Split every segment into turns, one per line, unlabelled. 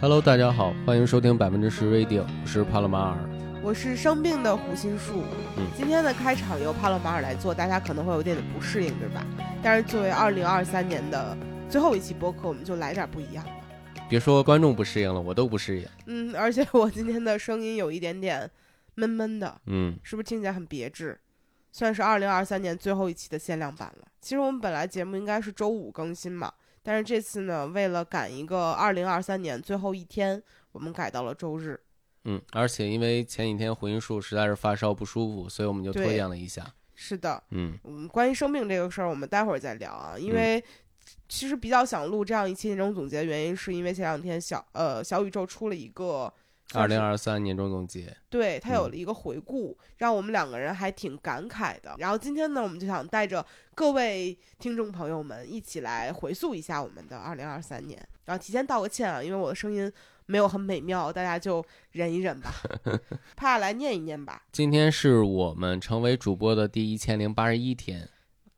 Hello，大家好，欢迎收听百分之十 Radio，我是帕洛马尔。
我是生病的胡心树。
嗯
今天的开场由帕洛马尔来做，大家可能会有点不适应，对吧？但是作为二零二三年的最后一期播客，我们就来点不一样。
别说观众不适应了，我都不适应。
嗯，而且我今天的声音有一点点闷闷的，
嗯，
是不是听起来很别致？算是二零二三年最后一期的限量版了。其实我们本来节目应该是周五更新嘛，但是这次呢，为了赶一个二零二三年最后一天，我们改到了周日。
嗯，而且因为前几天胡音树实在是发烧不舒服，所以我们就拖
对
延了一下。
是的，
嗯
嗯，关于生病这个事儿，我们待会儿再聊啊，因
嗯
为其实比较想录这样一期年终总结，原因是因为前两天小呃小宇宙出了一个
二
算是
零二三年终总结，
对它有
嗯
了一个回顾，让我们两个人还挺感慨的。然后今天呢，我们就想带着各位听众朋友们一起来回溯一下我们的二零二三年，然后提前道个歉啊，因为我的声音没有很美妙，大家就忍 一忍吧，怕来念一念吧。
今天是我们成为主播的第一千零八十一天，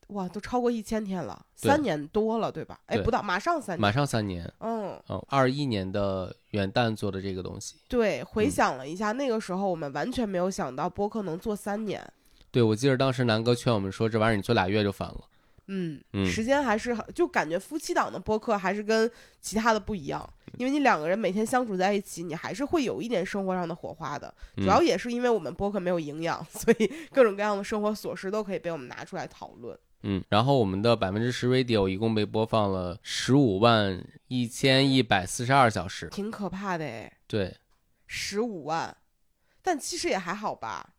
哇，都超过一千天了，
对
三年多了，对吧？哎，
对
不到，马上三年，
马上三年。
嗯，
嗯，二一年的元旦做的这个东西，
对，回
嗯
想了一下，那个时候我们完全没有想到播客能做三年，
对我记得当时南哥劝我们说，这玩意儿你做俩月就烦了。
嗯，
嗯
时间还是很就感觉夫妻档的播客还是跟其他的不一样，
嗯
因为你两个人每天相处在一起，你还是会有一点生活上的火花的。主要
嗯、
也是因为我们播客没有营养， 所以各种各样的生活琐事都可以被我们拿出来讨论。
嗯，然后我们的百分之十 radio 一共被播放了十五万一千一百四十二小时。
挺可怕的诶，
对，
十五万，但其实也还好吧。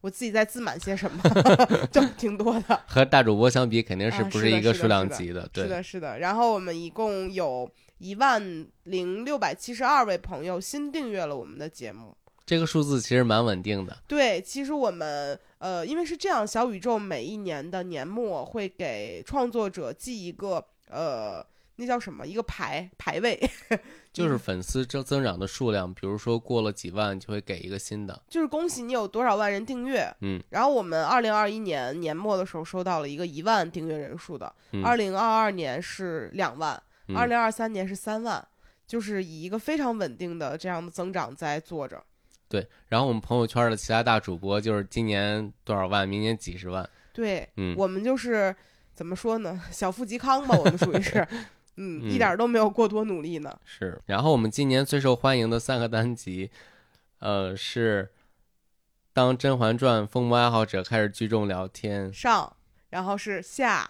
我自己在自满些什么， 就挺多的。
和大主播相比，肯定是
啊
不
是的
一个
是的
数量
是的
级的。
是
对，
的，是的。然后我们一共有一万零六百七十二位朋友新订阅了我们的节目。
这个数字其实蛮稳定的。
对，其实我们呃，因为是这样，小宇宙每一年的年末会给创作者寄一个呃，那叫什么？一个牌牌位， 嗯
就是粉丝增增长的数量，比如说过了几万就会给一个新的，
就是恭喜你有多少万人订阅。
嗯，
然后我们二零二一年年末的时候收到了一个一万订阅人数的，
嗯
二零二二年是两万，
嗯
二零二三年是三万，就是以一个非常稳定的这样的增长在做着。
对。然后我们朋友圈的其他大主播就是今年多少万，明年几十万，
对、
嗯，
我们就是怎么说呢，小富即康吧，我们属 于是，嗯，
嗯
一点儿都没有过多努力呢。
是。然后我们今年最受欢迎的三个单集，呃，是当《甄嬛传》疯魔爱好者开始聚众聊天，
上，然后是下，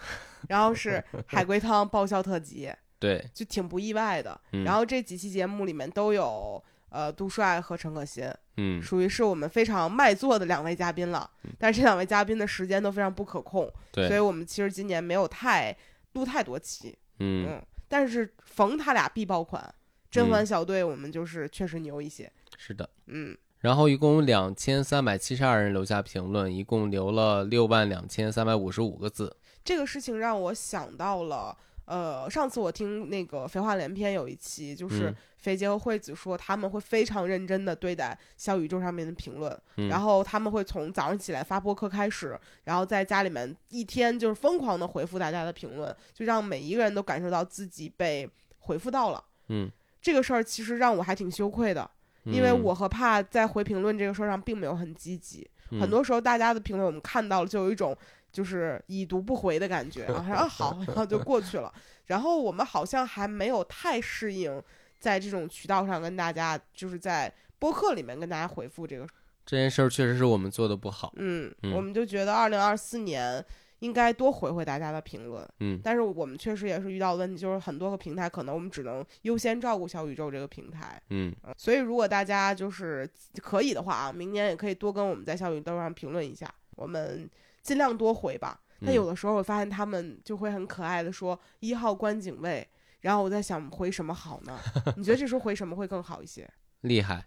然后是海龟汤爆笑特辑，
对，
就挺不意外的。
嗯
然后这几期节目里面都有呃杜帅和陈可辛，
嗯，
属于是我们非常卖座的两位嘉宾了。但是这两位嘉宾的时间都非常不可控，所以
对，
我们其实今年没有太录太多期，
嗯，嗯
嗯，但是逢他俩必爆款。甄嬛小队，我们就是确实牛一些，
是的。
嗯，
然后一共两千三百七十二人留下评论，一共留了六万两千三百五十五个字。
这个事情让我想到了，呃，上次我听那个《肥话连篇》有一期，就是
嗯
肥姐和惠子说他们会非常认真的对待小宇宙上面的评论，
嗯
然后他们会从早上起来发播客开始，然后在家里面一天就是疯狂的回复大家的评论，就让每一个人都感受到自己被回复到了。
嗯，
这个事儿其实让我还挺羞愧的，因为
嗯
我和帕在回评论这个事儿上并没有很积极，
嗯
很多时候大家的评论我们看到了，就有一种就是已读不回的感觉，然后说啊好，然后就过去了。然后我们好像还没有太适应在这种渠道上跟大家，就是在播客里面跟大家回复这个事儿。
这件事儿确实是我们做的不好。
嗯，
嗯
我们就觉得二零二四年应该多回回大家的评论。
嗯，
但是我们确实也是遇到问题，就是很多个平台可能我们只能优先照顾小宇宙这个平台，
嗯，
嗯所以如果大家就是可以的话啊，明年也可以多跟我们在小宇宙上评论一下，我们尽量多回吧。但
嗯
有的时候我发现他们就会很可爱的说一号观景位，然后我在想回什么好呢？你觉得这时候回什么会更好一些？
厉害。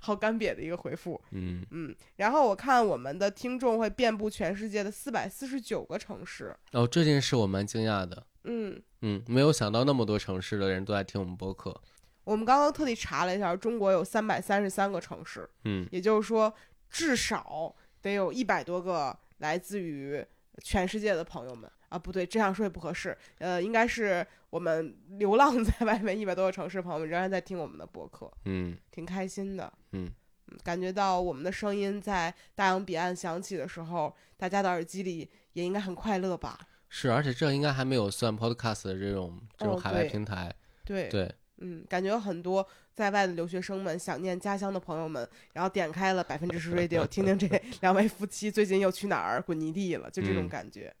好干瘪的一个回复，
嗯，
嗯。然后我看我们的听众会遍布全世界的四百四十九个城市，
哦，这件事我蛮惊讶的。
嗯。
嗯，没有想到那么多城市的人都在听我们播客。
我们刚刚特地查了一下，中国有三百三十三个城市，
嗯，
也就是说，至少得有一百多个来自于全世界的朋友们啊，不对，这样说也不合适。呃，应该是我们流浪在外面一百多个城市的朋友们仍然在听我们的播客，
嗯
挺开心的。
嗯
嗯，感觉到我们的声音在大洋彼岸响起的时候，大家的耳机里也应该很快乐吧？
是，而且这应该还没有算 Podcast 的这种这种
哦
海外
对
平台，
对，
对，
嗯，感觉有很多在外的留学生们想念家乡的朋友们，然后点开了百分之十 radio，听听这两位夫妻最近又去哪儿滚泥地了，就这种
嗯
感觉。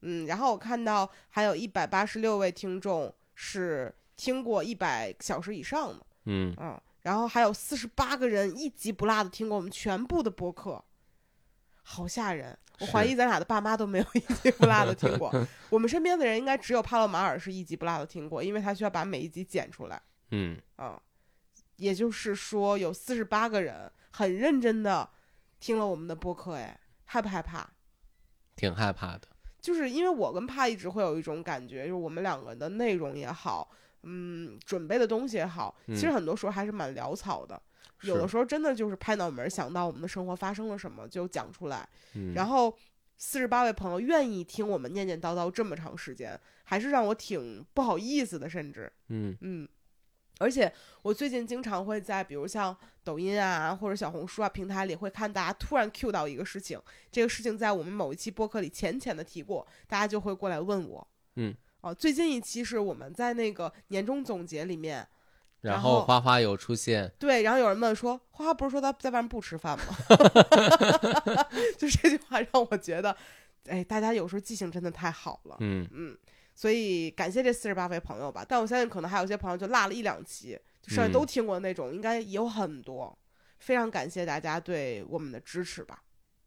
嗯，然后我看到还有一百八十六位听众是听过一百小时以上的，
嗯，
嗯，然后还有四十八个人一集不落的听过我们全部的播客，好吓人！我怀
是
疑咱俩的爸妈都没有 一集不落的听过，我们身边的人应该只有帕洛马尔是一集不落的听过，因为他需要把每一集剪出来。
嗯，
啊，也就是说有四十八个人很认真的听了我们的播客，哎，害不害怕？
挺害怕的，
就是因为我跟帕一直会有一种感觉，就是我们两个的内容也好，嗯，准备的东西也好，其实
嗯
很多时候还是蛮潦草的。有
是
的时候真的就是拍脑门儿想到我们的生活发生了什么就讲出来，
嗯，
然后四十八位朋友愿意听我们念念叨叨这么长时间，还是让我挺不好意思的，甚至
嗯
嗯，而且我最近经常会在比如像抖音啊或者小红书啊平台里会看大家突然 cue 到一个事情，这个事情在我们某一期播客里浅浅的提过，大家就会过来问我。
嗯，
哦、最近一期是我们在那个年终总结里面，然
然
后
后花花有出现，
对，然后有人问说：“花花不是说她在外面不吃饭吗？” 就这句话让我觉得，哎，大家有时候记性真的太好了。
嗯
嗯，所以感谢这四十八位朋友吧。但我相信可能还有些朋友就落了一两期，就甚至都
嗯
听过那种，应该也有很多。非常感谢大家对我们的支持吧。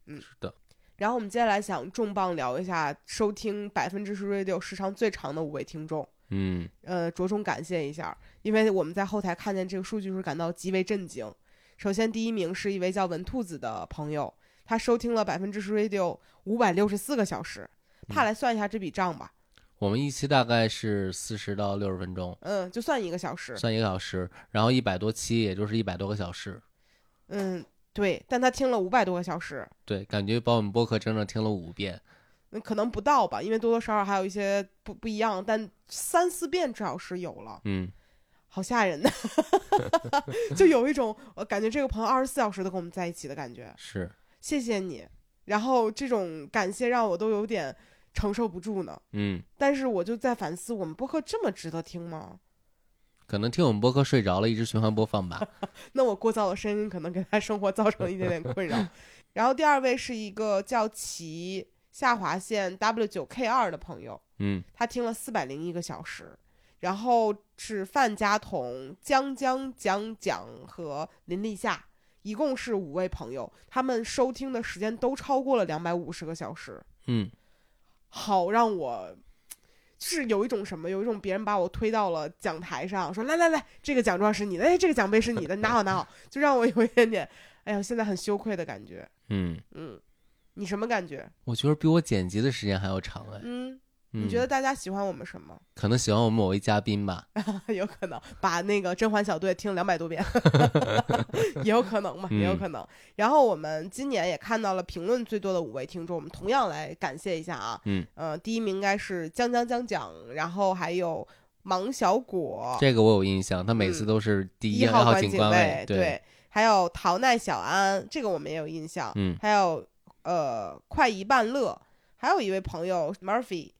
嗯
是的，
然后我们接下来想重磅聊一下收听百分之十 radio 时长最长的五位听众，
嗯
呃，着重感谢一下，因为我们在后台看见这个数据时感到极为震惊。首先，第一名是一位叫文兔子的朋友，他收听了百分之十 radio 五百六十四个小时。
嗯
怕来算一下这笔账吧，
我们一期大概是四十到六十分钟，
嗯，就算一个小时，
算一个小时，然后一百多期，也就是一百多个小时，
嗯，对，但他听了五百多个小时，
对，感觉把我们播客整整听了五遍，
嗯，可能不到吧，因为多多少少还有一些不不一样，但三四遍至少是有了，
嗯
好吓人的， 就有一种我感觉这个朋友二十四小时都跟我们在一起的感觉，
是，
谢谢你。然后这种感谢让我都有点承受不住呢，
嗯，
但是我就在反思，我们播客这么值得听吗？
可能听我们播客睡着了，一直循环播放吧，
那我聒噪的声音可能给他生活造成一点点困扰。然后第二位是一个叫齐下划线 W 九 K 二的朋友，
嗯
他听了四百零一个小时，然后是范家彤、江江蒋蒋和林立夏，一共是五位朋友，他们收听的时间都超过了两百五十个小时，
嗯
好让我。就是有一种什么，有一种别人把我推到了讲台上，说来来来，这个奖状是你的，哎，这个奖杯是你的，你拿好拿好，就让我有一点点，哎呀，现在很羞愧的感觉。
嗯，
嗯，你什么感觉？
我觉得比我剪辑的时间还要长哎，
嗯，
嗯
你觉得大家喜欢我们什么？
可能喜欢我们某一嘉宾吧，
有可能把那个《甄嬛小队》听两百多遍， 也有可能嘛，也有
嗯
可能。然后我们今年也看到了评论最多的五位听众，我们同样来感谢一下啊。
嗯，
呃，第一名应该是江江江讲，然后还有芒小果，
这个我有印象，他每次
嗯
都是第
一
号
管
警
警
官位，
对，，还有桃奈小安，这个我们也有印象。
嗯
还有呃，快一半乐，还有一位朋友 Murphy，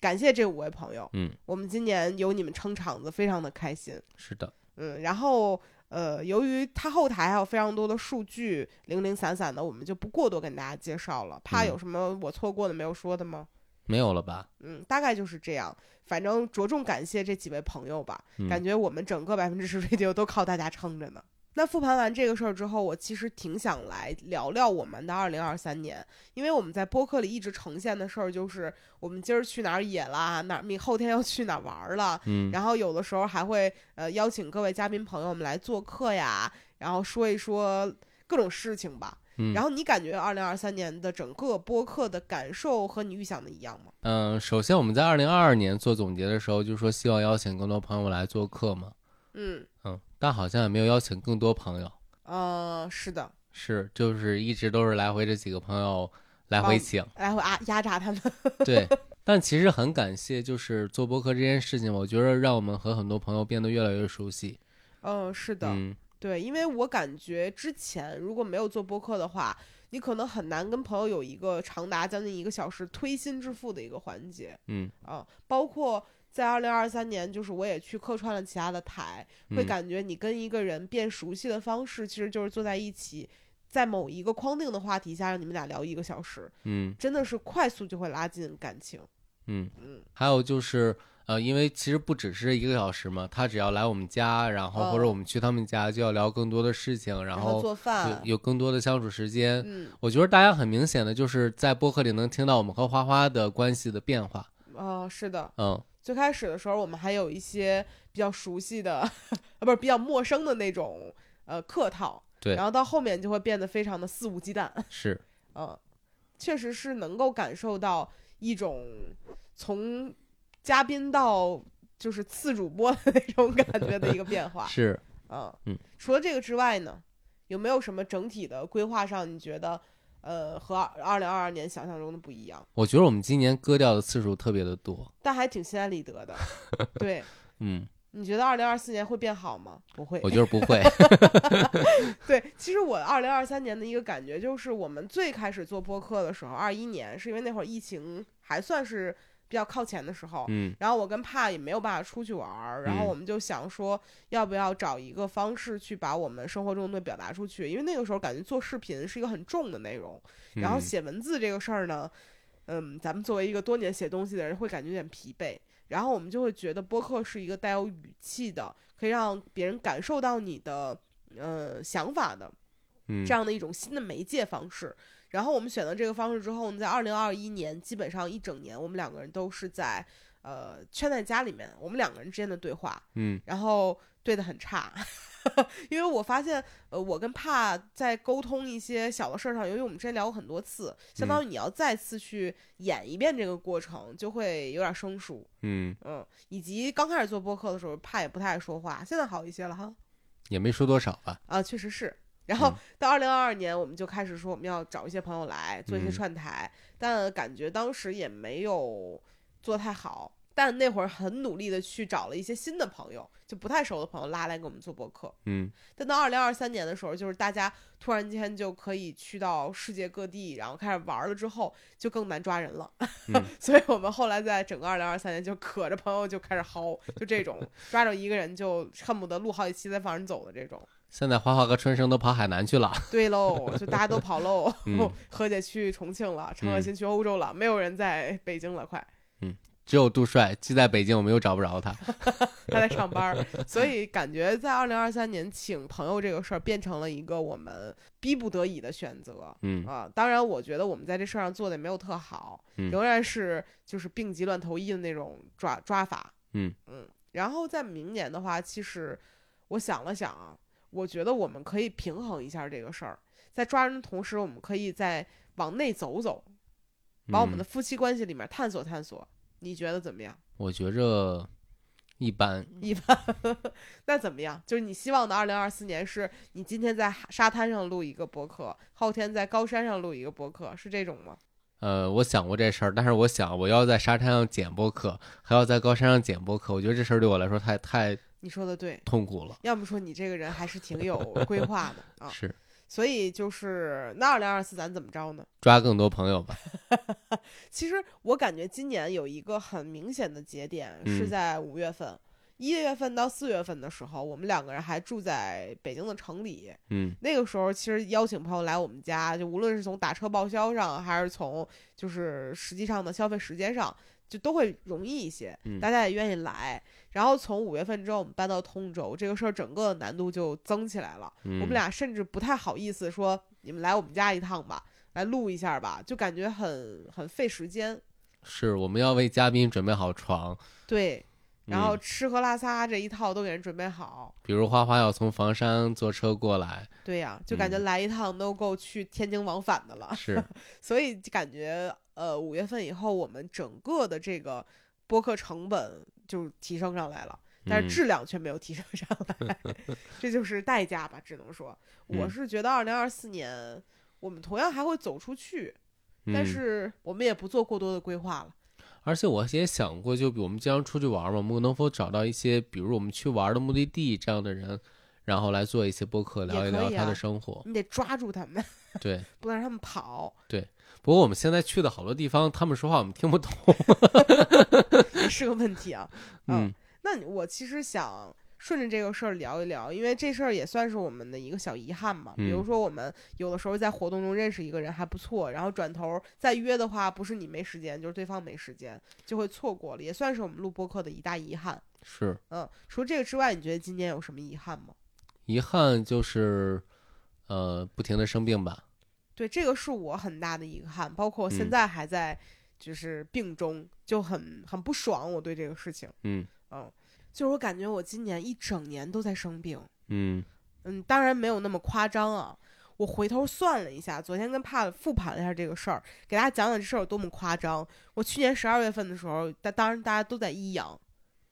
感谢这五位朋友，
嗯，
我们今年有你们撑场子，非常的开心。
是的，
嗯，然后呃，由于它后台还有非常多的数据零零散散的，我们就不过多跟大家介绍了，怕
嗯
有什么我错过的没有说的吗？
没有了吧？
嗯，大概就是这样。反正着重感谢这几位朋友吧，
嗯
感觉我们整个百分之十 radio 都靠大家撑着呢。那复盘完这个事儿之后，我其实挺想来聊聊我们的二零二三年，因为我们在播客里一直呈现的事儿就是我们今儿去哪儿野啦，哪儿你后天要去哪儿玩儿了，
嗯
然后有的时候还会呃邀请各位嘉宾朋友们来做客呀，然后说一说各种事情吧。
嗯，
然后你感觉二零二三年的整个播客的感受和你预想的一样吗？
嗯，首先我们在二零二二年做总结的时候，就说希望邀请更多朋友来做客嘛。
嗯，
嗯，但好像也没有邀请更多朋友，
呃，是的，
是 就是一直都是来回这几个朋友来回请，
来回啊压榨他们。
对，但其实很感谢，就是做播客这件事情，我觉得让我们和很多朋友变得越来越熟悉。
嗯，是的，
嗯，
对，因为我感觉之前如果没有做播客的话，你可能很难跟朋友有一个长达将近一个小时推心置腹的一个环节
嗯，
啊。包括在二零二三年，就是我也去客串了其他的台，会
嗯
感觉你跟一个人变熟悉的方式，其实就是坐在一起，在某一个框定的话题下，让你们俩聊一个小时，
嗯
真的是快速就会拉近感情。
嗯
嗯，
还有就是，呃，因为其实不只是一个小时嘛，他只要来我们家，然后或者
嗯
我们去他们家，就要聊更多的事情，然
然
后
做饭
有，有更多的相处时间。
嗯，
我觉得大家很明显的就是在播客里能听到我们和花花的关系的变化。
哦，是的，
嗯
最开始的时候，我们还有一些比较熟悉的，啊，不是比较陌生的那种呃客套，
对
然后到后面就会变得非常的肆无忌惮，
是，
嗯，确实是能够感受到一种从嘉宾到就是次主播的那种感觉的一个变化，
是，
嗯
嗯
除了这个之外呢，有没有什么整体的规划上你觉得呃和二零二二年想象中的不一样？
我觉得我们今年割掉的次数特别的多。
但还挺心安理得的，对。
嗯，
你觉得二零二四年会变好吗？不会
我。觉得不会。
对，其实我二零二三年的一个感觉就是，我们最开始做播客的时候，二一年是因为那会儿疫情还算是比较靠前的时候。
嗯
然后我跟帕也没有办法出去玩儿，然后
嗯
我们就想说，要不要找一个方式去把我们生活中的表达出去？因为那个时候感觉做视频是一个很重的内容， 然后
嗯
写文字这个事儿呢，嗯，咱们作为一个多年写东西的人，会感觉有点疲惫。然后我们就会觉得播客是一个带有语气的，可以让别人感受到你的呃想法的
嗯
这样的一种新的媒介方式。然后我们选择这个方式之后呢，在二零二一年基本上一整年，我们两个人都是在呃圈在家里面，我们两个人之间的对话，
嗯
然后对的很差。 因为我发现，呃，我跟帕在沟通一些小的事儿上，由于我们之前聊过很多
嗯
次，相当于你要再次去演一遍这个过程，就会有点生疏，
嗯，
嗯，以及刚开始做播客的时候，帕也不太爱说话，现在好一些了哈，
也没说多少吧。
啊，确实是。然后
嗯
到二零二二年，我们就开始说我们要找一些朋友来做一些
嗯
串台，但感觉当时也没有做太好。但那会儿很努力的去找了一些新的朋友，就不太熟的朋友拉来给我们做播客。
嗯
但到二零二三年的时候，就是大家突然间就可以去到世界各地，然后开始玩儿了之后，就更难抓人了。
嗯
所以我们后来在整个二零二三年就可着朋友就开始薅，就这种抓着一个人就恨不得录好几期再放人走的这种。
现在花花和春生都跑海南去了。。
对喽，就大家都跑喽
嗯
何姐去重庆了，程可辛去欧洲了，没有人在北京了，快。
只有杜帅既在北京，我们又找不 着他。
他在上班儿，所以感觉在二零二三年请朋友这个事儿变成了一个我们逼不得已的选择。
嗯
啊，当然，我觉得我们在这事儿上做的也没有特好，
嗯
仍然是就是病急乱投医的那种抓抓法。
嗯
然后在明年的话，其实我想了想啊，我觉得我们可以平衡一下这个事儿，在抓人的同时，我们可以再往内走走，把我们
嗯
的夫妻关系里面探索探索。你觉得怎么样？
我觉着一般。
一般，那怎么样？就是你希望的二零二四年是你今天在沙滩上录一个博客，后天在高山上录一个博客，是这种吗？
呃，我想过这事儿，但是我想我要在沙滩上剪播客，还要在高山上剪播客，我觉得这事儿对我来说太太
你说的对，
痛苦了。
要么说你这个人还是挺有规划的啊。
是
所以就是那二零二四咱怎么着呢？
抓更多朋友吧。
其实我感觉今年有一个很明显的节点是
嗯
在五月份，一、月份到四月份的时候，我们两个人还住在北京的城里。
嗯
那个时候其实邀请朋友来我们家，就无论是从打车报销上，还是从就是实际上的消费时间上，就都会容易一些，
嗯
大家也愿意来。然后从五月份之后，我们搬到通州，这个事儿整个的难度就增起来了。
嗯，
我们俩甚至不太好意思说你们来我们家一趟吧，来录一下吧，就感觉很很费时间。
是我们要为嘉宾准备好床，
对，然后
嗯
吃喝拉撒这一套都给人准备好。
比如花花要从房山坐车过来，
对呀、就感觉
嗯
来一趟都够去天津往返的了。
是
所以就感觉呃，五月份以后，我们整个的这个播客成本就提升上来了，但是
嗯
质量却没有提升上来， 这就是代价吧，只能说，我
嗯
是觉得二零二四年我们同样还会走出去，但
嗯
是我们也不做过多的规划了。
而且我也想过，就比我们经常出去玩嘛，我们能否找到一些，比如我们去玩的目的地这样的人，然后来做一些播客，聊一
可
聊
以
他
啊
的生活。
你得抓住他们，
对，
不能让他们跑，
不过我们现在去的好多地方，他们说话我们听不懂。
也是个问题啊。
嗯
那你我其实想顺着这个事儿聊一聊，因为这事儿也算是我们的一个小遗憾嘛。比如
嗯
说，我们有的时候在活动中认识一个人还不错，然后转头再约的话，不是你没时间，就是对方没时间，就会错过了，也算是我们录播客的一大遗憾。
是
嗯，除这个之外，你觉得今年有什么遗憾吗？
遗憾就是，呃，不停的生病吧。
对，这个是我很大的遗憾，包括我现
嗯
在还在就是病中，就很很不爽，我对这个事情，
嗯
嗯，就是我感觉我今年一整年都在生病。
嗯
嗯，当然没有那么夸张啊。我回头算了一下，昨天跟帕子复盘了一下这个事儿，给大家讲讲这事儿有多么夸张。我去年十二月份的时候，当当然大家都在一阳，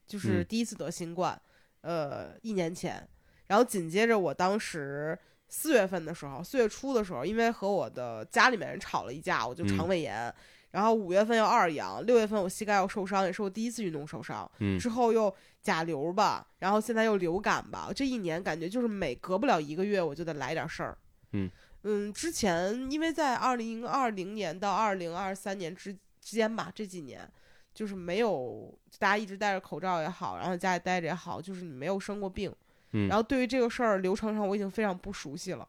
就是
嗯
第一次得新冠，呃，一年前。然后紧接着我当时四月份的时候，四月初的时候，因为和我的家里面人吵了一架，我就肠
嗯
胃炎。然后五月份要二阳，六月份我膝盖要受伤，也是我第一次运动受伤。
嗯
之后又甲流吧，然后现在又流感吧，这一年感觉就是每隔不了一个月我就得来点事儿。
嗯
嗯之前因为在二零二零年到二零二三年之之间吧，这几年就是没有大家一直戴着口罩也好，然后在家里待着也好，就是你没有生过病。
嗯
然后对于这个事儿流程上我已经非常不熟悉了。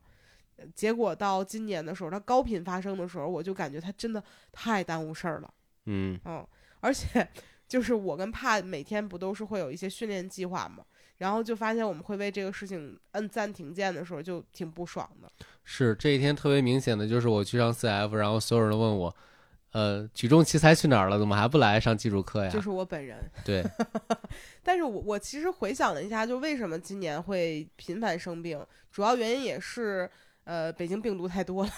呃结果到今年的时候，它高频发生的时候，我就感觉它真的太耽误事儿了。
嗯
嗯，而且就是我跟帕每天不都是会有一些训练计划嘛，然后就发现我们会为这个事情摁暂停键的时候就挺不爽的。
是这一天特别明显的就是我去上 CF，然后所有人都问我，呃，举重器材去哪儿了？怎么还不来上技术课呀？
就是我本人，
对，
但是我我其实回想了一下，就为什么今年会频繁生病，主要原因也是呃北京病毒太多了，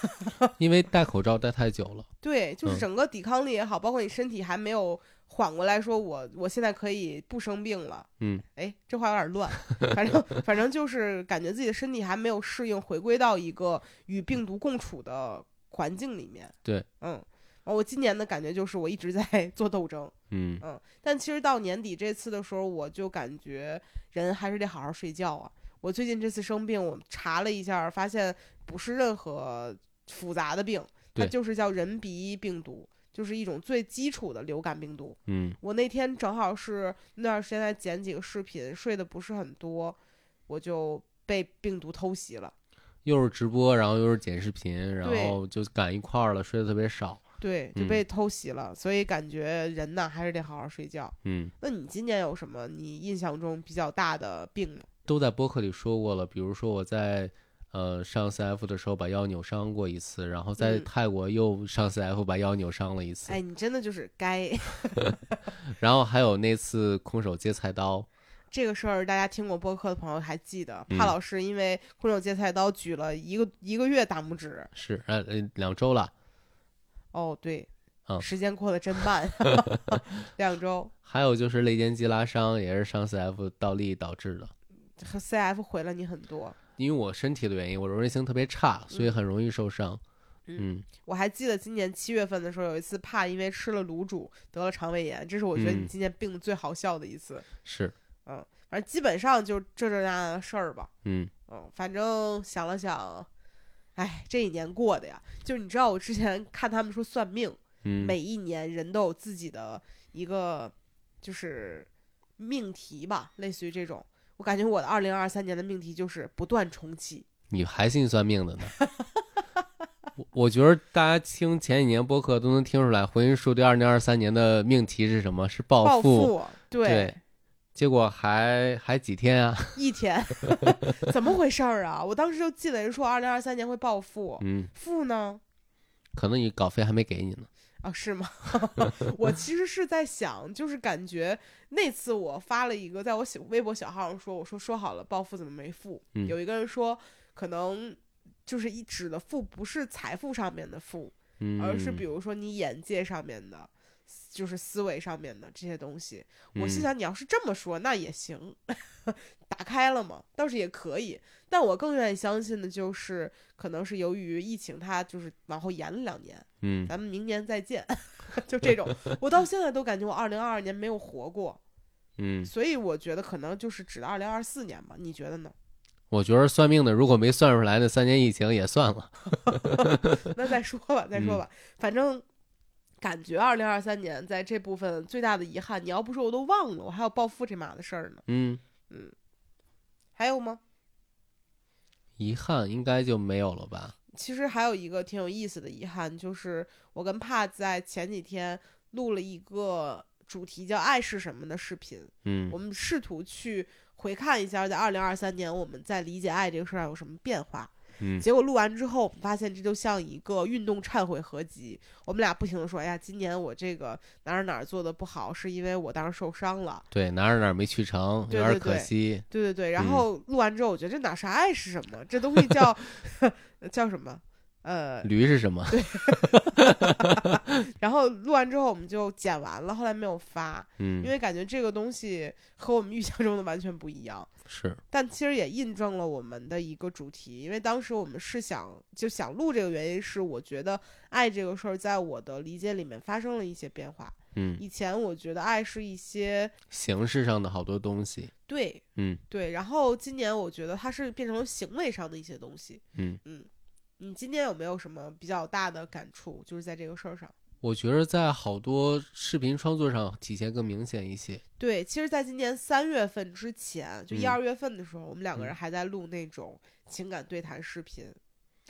因为戴口罩戴太久了。
对，就是
嗯
整个抵抗力也好，包括你身体还没有缓过来说我我现在可以不生病了，
嗯
哎，这话有点乱，反正反正就是感觉自己的身体还没有适应，回归到一个与病毒共处的环境里面。
对，
嗯，哦我今年的感觉就是我一直在 做斗争，
嗯
嗯，但其实到年底这次的时候，我就感觉人还是得好好睡觉啊。我最近这次生病，我查了一下，发现不是任何复杂的病，它
对
就是叫人鼻病毒，就是一种最基础的流感病毒。
嗯
我那天正好是那段时间在剪几个视频，睡得不是很多，我就被病毒偷袭了。
又是直播，然后又是剪视频，然
对
后就赶一块儿了，睡得特别少。
对，就
嗯
被偷袭了，所以感觉人呐还是得好好睡觉。
嗯，
那你今年有什么你印象中比较大的病吗？
都在播客里说过了。比如说我在呃上 CF 的时候把腰扭伤过一次，然后在
嗯
泰国又上 CF 把腰扭伤了一次，
哎，你真的就是该
然后还有那次空手接菜刀，
这个事儿，大家听过播客的朋友还记得，
嗯
帕老师因为空手接菜刀举了一个一个月大拇指。
是呃呃两周了。
哦，对，
嗯
时间过得真 慢，两周。
还有就是肋间肌拉伤，也是上 CF 倒立导致的。
和 CF 毁了你很多，
因为我身体的原因，我柔韧性特别差，所以
嗯
很容易受伤。
嗯
嗯
我还记得今年七月份的时候，有一次怕因为吃了卤煮得了肠胃炎，这是我觉得你
嗯
今年病的最好笑的一次。
是，
嗯反正基本上就这这那那的事儿吧。
嗯
嗯，反正想了想，哎，这一年过的呀，就是你知道，我之前看他们说算命，
嗯，
每一年人都有自己的一个就是命题吧，类似于这种。我感觉我的二零二三年的命题就是不断重启。
你还信算命 的呢？我我觉得大家听前几年播客都能听出来，回音树对二零二三年的命题是什么？是暴
暴
富。
富，对，
对结果还还几天啊？
一天， 怎么回事儿啊？我当时就记得人说二零二三年会暴富，
嗯，
富呢？
可能你稿费还没给你呢。
啊，是吗？ 我其实是在想，就是感觉那次我发了一个，在我小微博小号上说，我说说好了暴富怎么没富？
嗯
有一个人说，可能就是一指的富不是财富上面的富，
嗯，
而是比如说你眼界上面的。就是思维上面的这些东西。我
嗯
心想，你要是这么说，那也行， 打开了嘛，倒是也可以。但我更愿意相信的就是，可能是由于疫情，它就是往后延了两年，
嗯，
咱们明年再见， 就这种。我到现在都感觉我二零二二年没有活过，
嗯，
所以我觉得可能就是指的二零二四年吧。你觉得呢？
我觉得算命的如果没算出来那三年疫情也算了，
那再说吧，再说吧，反正。感觉二零二三年在这部分最大的遗憾，你要不说我都忘了，我还有暴富这码的事儿呢。
嗯，
还有吗？
遗憾应该就没有了吧？
其实还有一个挺有意思的遗憾，就是我跟帕在前几天录了一个主题叫“爱是什么”的视频，
嗯
我们试图去回看一下，在二零二三年我们在理解爱这个事儿上有什么变化。
嗯
结果录完之后，我们发现这就像一个运动忏悔合集。我们俩不停的说：“哎呀，今年我这个哪儿哪儿做的不好，是因为我当时受伤了。
对，哪儿哪儿没去成，有
对
点
对
可
对
惜。”
对对对。
嗯
然后录完之后，我觉得这哪是爱是什么？这东西叫 叫什么？呃，
驴是什么？
然后录完之后我们就剪完了，后来没有发，因
嗯，
为感觉这个东西和我们预想中的完全不一样。
是，
但其实也印证了我们的一个主题，因为当时我们是想就想录这个原因是，我觉得爱这个事儿在我的理解里面发生了一些变化。
嗯，
以前我觉得爱是一些
形式上的好多东西，
对
嗯
对，然后今年我觉得它是变成了行为上的一些东西。
嗯。
你今年有没有什么比较大的感触？就是在这个事儿上。
我觉得在好多视频创作上体现更明显一些。
对，其实，在今年三月份之前，就一
嗯
二月份的时候，我们两个人
嗯
还在录那种情感对谈视频，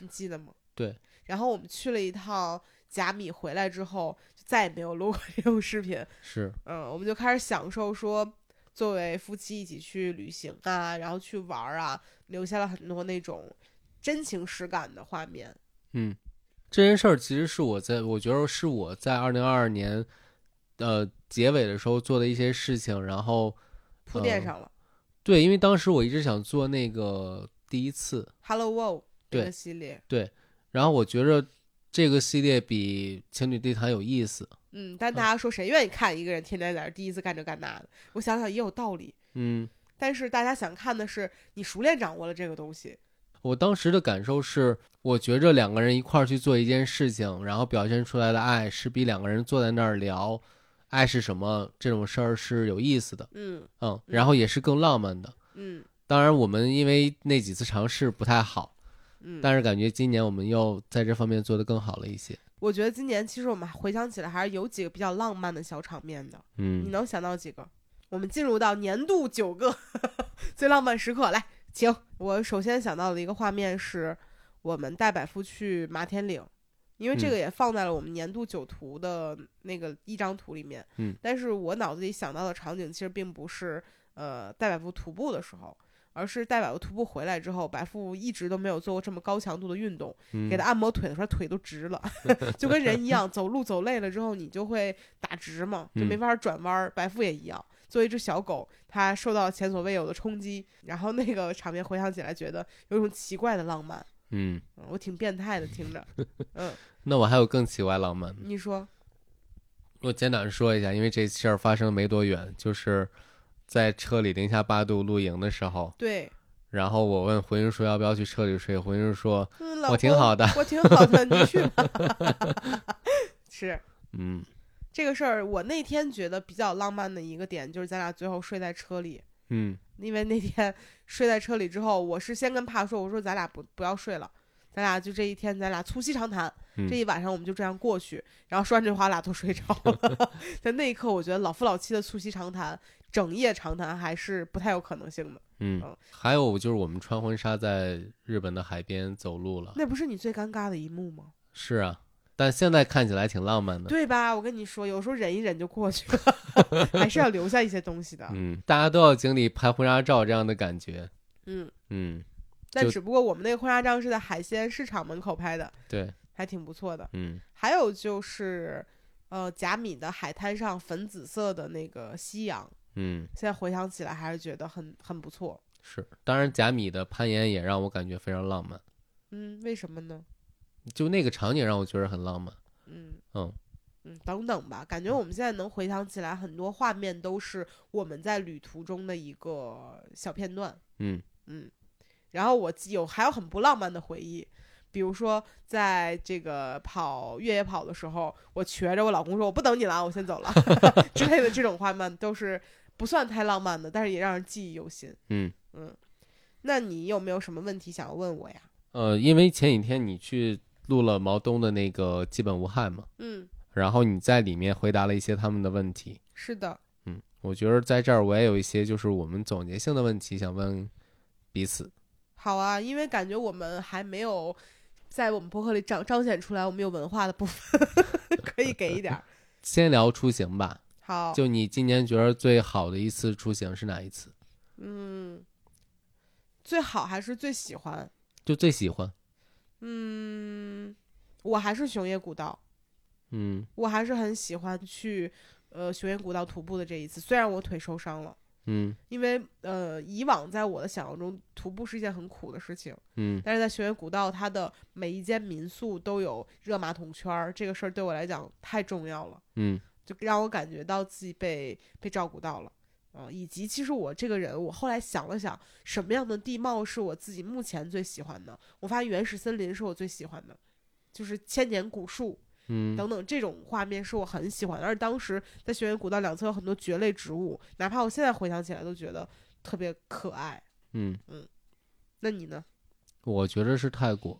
你记得吗？
对。
然后我们去了一趟甲米，回来之后就再也没有录过 这种视频。
是，
嗯，我们就开始享受说，作为夫妻一起去旅行啊，然后去玩儿啊，留下了很多那种真情实感的画面。
嗯，这件事儿其实是我在，我觉得是我在二零二二年，呃，结尾的时候做的一些事情。然后，
铺垫
嗯
上了、
对，因为当时我一直想做那个第一次，
h e l l o World” 这
对
个系列，
然后我觉着这个系列比情侣地坛有意思。
嗯，但大家说谁愿意看一个人天天在这儿第一次干这干那的？我想想也有道理。
嗯，
但是大家想看的是你熟练掌握了这个东西，
我当时的感受是，我觉着两个人一块儿去做一件事情，然后表现出来的爱是比两个人坐在那儿聊爱是什么这种事儿是有意思的，
嗯
嗯，然后也是更浪漫的。
嗯
当然，我们因为那几次尝试不太好，
嗯。
但是感觉今年我们又在这方面做得更好了一些。
我觉得今年其实我们回想起来还是有几个比较浪漫的小场面的，你
嗯，
能想到几个？我们进入到年度九个 最浪漫时刻，来，请我首先想到的一个画面是我们带百富去马天岭。因为这
嗯
个也放在了我们年度九图的那个一张图里面，
嗯
但是我脑子里想到的场景其实并不是呃带百富徒步的时候，而是带百富徒步回来之后，百富一直都没有做过这么高强度的运动，
嗯
给他按摩腿的时候，腿都直 了，就跟人一样，走路走累了之后，你就会打直嘛，就没
嗯
法转弯儿。白富也一样，作为一只小狗，它受到前所未有的冲击，然后那个场面回想起来，觉得有一种奇怪的浪漫。
嗯，
嗯我挺变态的，听着，嗯，
那我还有更奇怪浪漫的。
你说，
我简短说一下，因为这事儿发生没多远，就是在车里零下八度露营的时候，
对，
然后我问回云说要不要去车里睡，回云说
嗯，老
我挺
公
好的，
我挺好的，你去 吧。是
嗯
这个事儿，我那天觉得比较浪漫的一个点，就是咱俩最后睡在车里，
嗯
因为那天 睡在车里之后，我是先跟帕说，我说咱俩不不要睡了，咱俩就这一天，咱俩促膝长谈，
嗯
这一晚上我们就这样过去。然后说完这话，我俩都睡着了。 在那一刻，我觉得老夫老妻的促膝长谈、整夜长谈还是不太有可能性的。
嗯
嗯，
还有就是我们穿婚纱在日本的海边走路了，
那不是你最尴尬的一幕吗？
是啊，但现在看起来挺浪漫的，
对吧？我跟你说，有时候忍一忍就过去了， 还是要留下一些东西的。
嗯，大家都要经历拍婚纱照这样的感觉，
嗯，
嗯，
但
就
只不过我们那个婚纱照是在海鲜市场门口拍的，
对，
还挺不错的。
嗯
还有就是，呃，甲米的海滩上粉紫色的那个夕阳，
嗯
现在回想起来还是觉得很很不错。
是，当然贾米的攀岩也让我感觉非常浪漫，
嗯，为什么呢？
就那个场景让我觉得很浪漫，
嗯，
嗯，
嗯，等等吧，感觉我们现在能回想起来，很多画面都是我们在旅途中的一个小片段。
嗯
嗯，然后我记有还有很不浪漫的回忆，比如说在这个跑越野跑的时候，我瘸着我老公说：“我不等你了，我先走了” 之类的这种画面都是不算太浪漫的，但是也让人记忆犹新。
嗯
嗯，那你有没有什么问题想要问我呀？
呃，因为前几天你去录了毛东的那个基本无害嘛，
嗯，
然后你在里面回答了一些他们的问题。
是的，
嗯，我觉得在这儿我也有一些就是我们总结性的问题想问彼此。
好啊，因为感觉我们还没有在我们博客里彰彰显出来我们有文化的部分， 可以给一点儿。
先聊出行吧，
好，
就你今年觉得最好的一次出行是哪一次？
嗯，最好还是最喜欢，
就最喜欢？
嗯，我还是熊野古道，
嗯
我还是很喜欢去呃熊野古道徒步的这一次，虽然我腿受伤了。
嗯
因为呃，以往在我的想象中，徒步是一件很苦的事情，
嗯
但是在熊野古道，它的每一间民宿都有热马桶圈儿，这个事儿对我来讲太重要了。
嗯
就让我感觉到自己被被照顾到了，嗯、以及其实我这个人，我后来想了想，什么样的地貌是我自己目前最喜欢的？我发现原始森林是我最喜欢的，就是千年古树
嗯
等等这种画面是我很喜欢的。而当时在学园古道两侧有很多蕨类植物，哪怕我现在回想起来都觉得特别可爱。
嗯，
那你呢？
我觉得是泰国。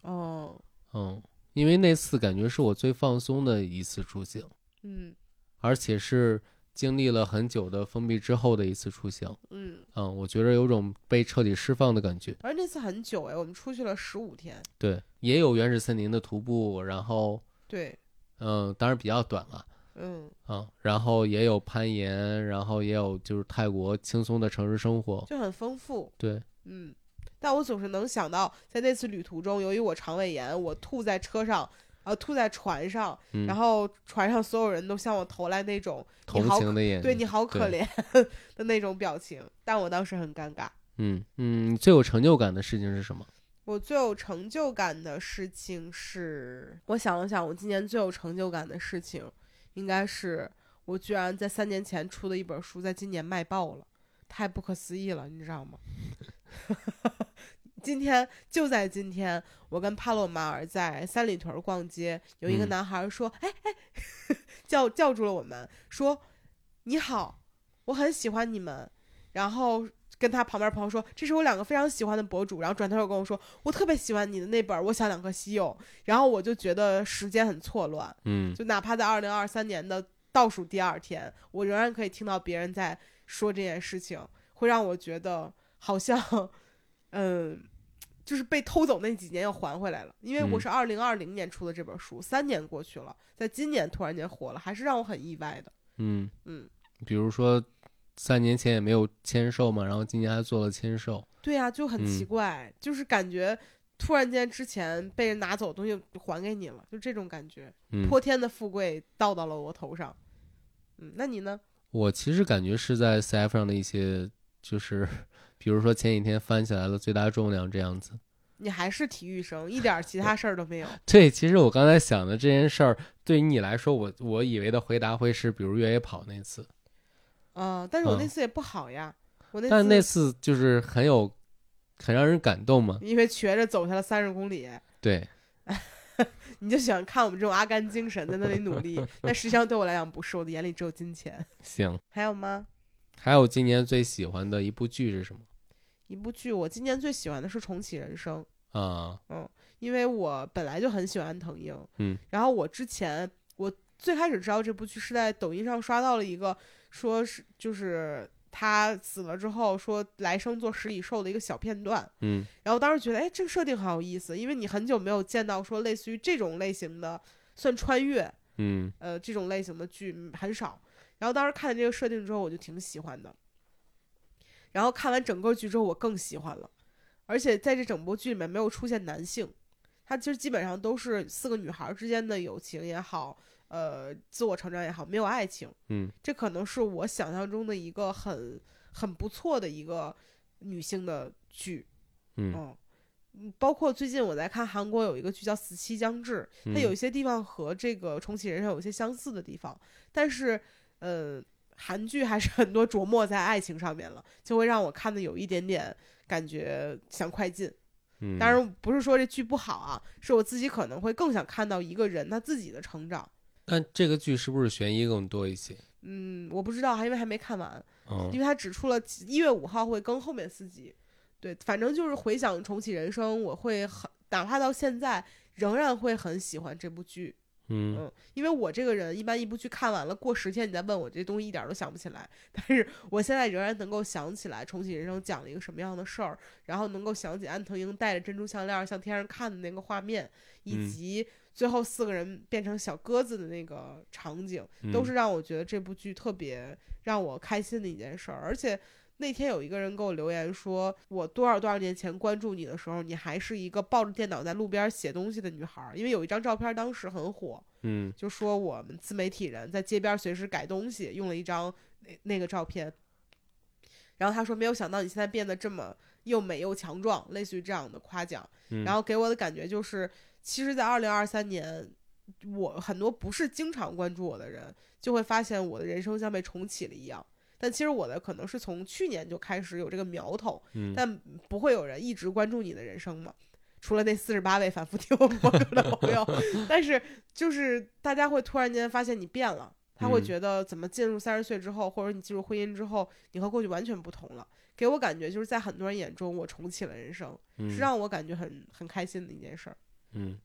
哦，
嗯，因为那次感觉是我最放松的一次出行，
嗯
而且是经历了很久的封闭之后的一次出行。
嗯，
嗯，我觉得有种被彻底释放的感觉。
而那次很久哎，我们出去了十五天，
对，也有原始森林的徒步，然后
对，
嗯，当然比较短了。
嗯，
嗯，然后也有攀岩，然后也有就是泰国轻松的城市生活。
就很丰富。
对，
嗯，但我总是能想到，在那次旅途中，由于我肠胃炎，我吐在车上，呃，吐在船上，
嗯，
然后船上所有人都向我投来那种你
同
好
情
可，
的眼
对
睛，
你好可
哎对
怜 的那种表情，但我当时很尴尬。
嗯嗯，你最有成就感的事情是什么？
我最有成就感的事情是，我想了想，我今年最有成就感的事情，应该是我居然在三年前出的一本书，在今年卖爆了，太不可思议了，你知道吗？ 今天就在今天，我跟帕洛马尔在三里屯逛街，有一个
嗯
男孩说：“哎哎， 叫叫住了我们，说你好，我很喜欢你们。”然后跟他旁边朋友说：“这是我两个非常喜欢的博主。”然后转头又跟我说：“我特别喜欢你的那本《我想两颗西柚》。”然后我就觉得时间很错乱，
嗯
就哪怕在二零二三年的倒数第二天，我仍然可以听到别人在说这件事情，会让我觉得好像，嗯，就是被偷走那几年又还回来了。因为我
嗯
是二零二零年出的这本书，三年过去了，在今年突然间火了，还是让我很意外的。
嗯，
嗯，
比如说三年前也没有签售嘛，然后今年还做了签售。
对呀、就很奇
嗯
怪，就是感觉突然间之前被人拿走的东西还给你了，就这种感觉，
嗯，
泼天的富贵倒到了我头上。嗯，那你呢？
我其实感觉是在 CF 上的一些，就是 比如说前几天翻起来的最大重量这样子。
你还是体育生，一点儿其他事儿 都没有。
对，其实我刚才想的这件事儿，对于你来说，我我以为的回答会是比如越野跑那次，
嗯，但是我那
嗯
次也不好呀，我那次
但那次就是很有很让人感动嘛。
因为瘸着走下了三十公里，
对，
你就喜欢看我们这种阿甘精神在那里努 力，但实际上对我来讲不是，我的眼里只有金钱。
行。
还有吗？
还有今年最喜欢的一部剧是什么？
一部剧，我今年最喜欢的是《重启人生》。
啊，
因为我本来就很喜欢藤英，
嗯，
然后我之前我最开始知道这部剧是在抖音上刷到了一个，说是就是他死了之后说来生做食蚁兽的一个小片段，
嗯
然后当时觉得哎这个设定好有意思，因为你很久没有见到说类似于这种类型的算穿越
嗯
呃这种类型的剧嗯很少，然后当时看了这个设定之后我就挺喜欢的，然后看完整个剧之后我更喜欢了，而且在这整部剧里面没有出现男性。它其实基本上都是四个女孩之间的友情也好，呃，自我成长也好，没有爱情。
嗯
这可能是我想象中的一个很很不错的一个女性的剧。
嗯
嗯，嗯包括最近我在看韩国有一个剧叫《死期将至》，
嗯
它有一些地方和这个《重启人生》有一些相似的地方，但是，呃，韩剧还是很多琢磨在爱情上面了，就会让我看的有一点点感觉想快进。
嗯，
当然不是说这剧不好啊，是我自己可能会更想看到一个人他自己的成长。
但这个剧是不是悬疑更多一些？
嗯，我不知道，因为还没看完，
嗯
因为他只出了一月五号会更后面四集。对，反正就是回想重启人生，我会很，哪怕到现在仍然会很喜欢这部剧。
嗯
嗯，因为我这个人一般一部剧看完了，过十天你再问我这东西一点儿都想不起来，但是我现在仍然能够想起来《重启人生》讲了一个什么样的事儿，然后能够想起安藤英戴着珍珠项链儿向天上看的那个画面，
嗯
以及最后四个人变成小鸽子的那个场景，都
嗯
是让我觉得这部剧特别让我开心的一件事儿，而且。那天有一个人给我留言说，我多少多少年前关注你的时候，你还是一个抱着电脑在路边儿写东西的女孩儿，因为有一张照片儿当时很火，
嗯
就说我们自媒体人在街边随时改东西，用了一张那那个照片。然后他说：“没有想到你现在变得这么又美又强壮，类似于这样的夸奖。”
嗯
然后给我的感觉就是，其实，在二零二三年，我很多不是经常关注我的人，就会发现我的人生像被重启了一样。但其实我的可能是从去年就开始有这个苗头，
嗯
但不会有人一直关注你的人生嘛。除了那四十八位反复听我们播客的 朋友，但是就是大家会突然间发现你变了，他会
嗯
觉得怎么进入三十岁之后，或者你进入婚姻之后，你和过去完全不同了。给我感觉就是在很多人眼中，我重启了人生，是让我感觉很很开心的一件事儿。
嗯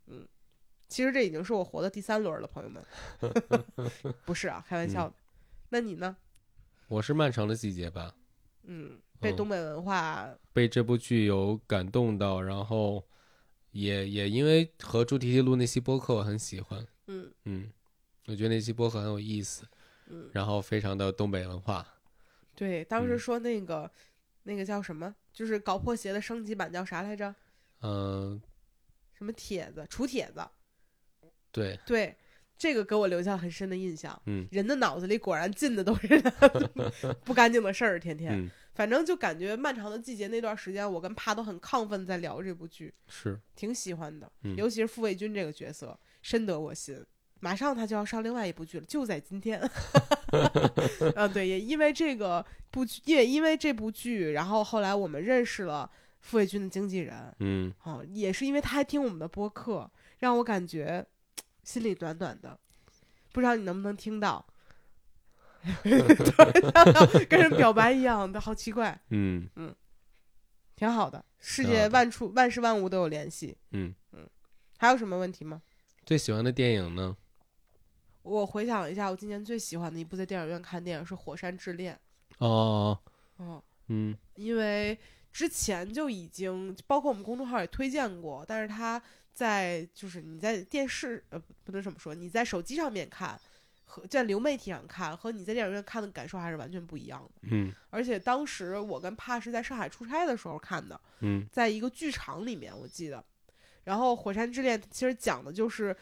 其实这已经是我活的第三轮了，朋友 们，不是啊，开玩笑的。那你呢？
我是漫长的季节吧，
嗯，被
嗯
东北文化，
被这部剧有感动到，然后也也因为和朱提提录那期播客，我很喜欢。
嗯
嗯，我觉得那期播客很有意思，
嗯，
然后非常的东北文化。
对，当时
嗯
说那个、那个叫什么，就是搞破鞋的升级版叫啥来着？
嗯、
什么帖子，楚帖子。
对，
对，这个给我留下很深的印象。
嗯
人的脑子里果然进的都是 不干净的事儿，天天。
嗯，
反正就感觉《漫长的季节》那段时间，我跟帕都很亢奋，在聊这部剧，
是，
挺喜欢的。
嗯
尤其是傅卫军这个角色，深得我心。马上他就要上另外一部剧了，就在今天。 啊，对，也因为这个部剧，也因为这部剧，然后后来我们认识了傅卫军的经纪人，
嗯，
哦，也是因为他还听我们的播客，让我感觉心里暖暖的。不知道你能不能听到？ 跟人表白一样的，好奇怪，
嗯，
挺好的。世
挺好
界
的
万处万事万物都有联系。
嗯
还有什么问题吗？
最喜欢的电影呢？
我回想一下，我今年最喜欢的一部在电影院看电影是《火山之恋》。
哦，
嗯，
嗯
因为之前就已经包括我们公众号也推荐过，但是它在就是你在电视呃不不能这么说，你在手机上面看和在流媒体上看和你在电影院看的感受还是完全不一样的。
嗯
而且当时我跟帕是在上海出差的时候看的，
嗯
在一个剧场里面，我记得。然后《火山之恋》其实讲的就是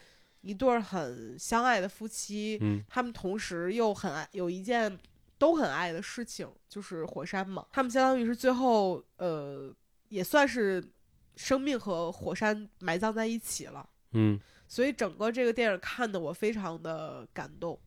一对儿很相爱的夫妻，
嗯
他们同时又很爱有一件都很爱的事情，就是火山嘛。他们相当于是最后呃，也算是生命和火山埋葬在一起了。
嗯
所以整个这个电影看的我非常的感动，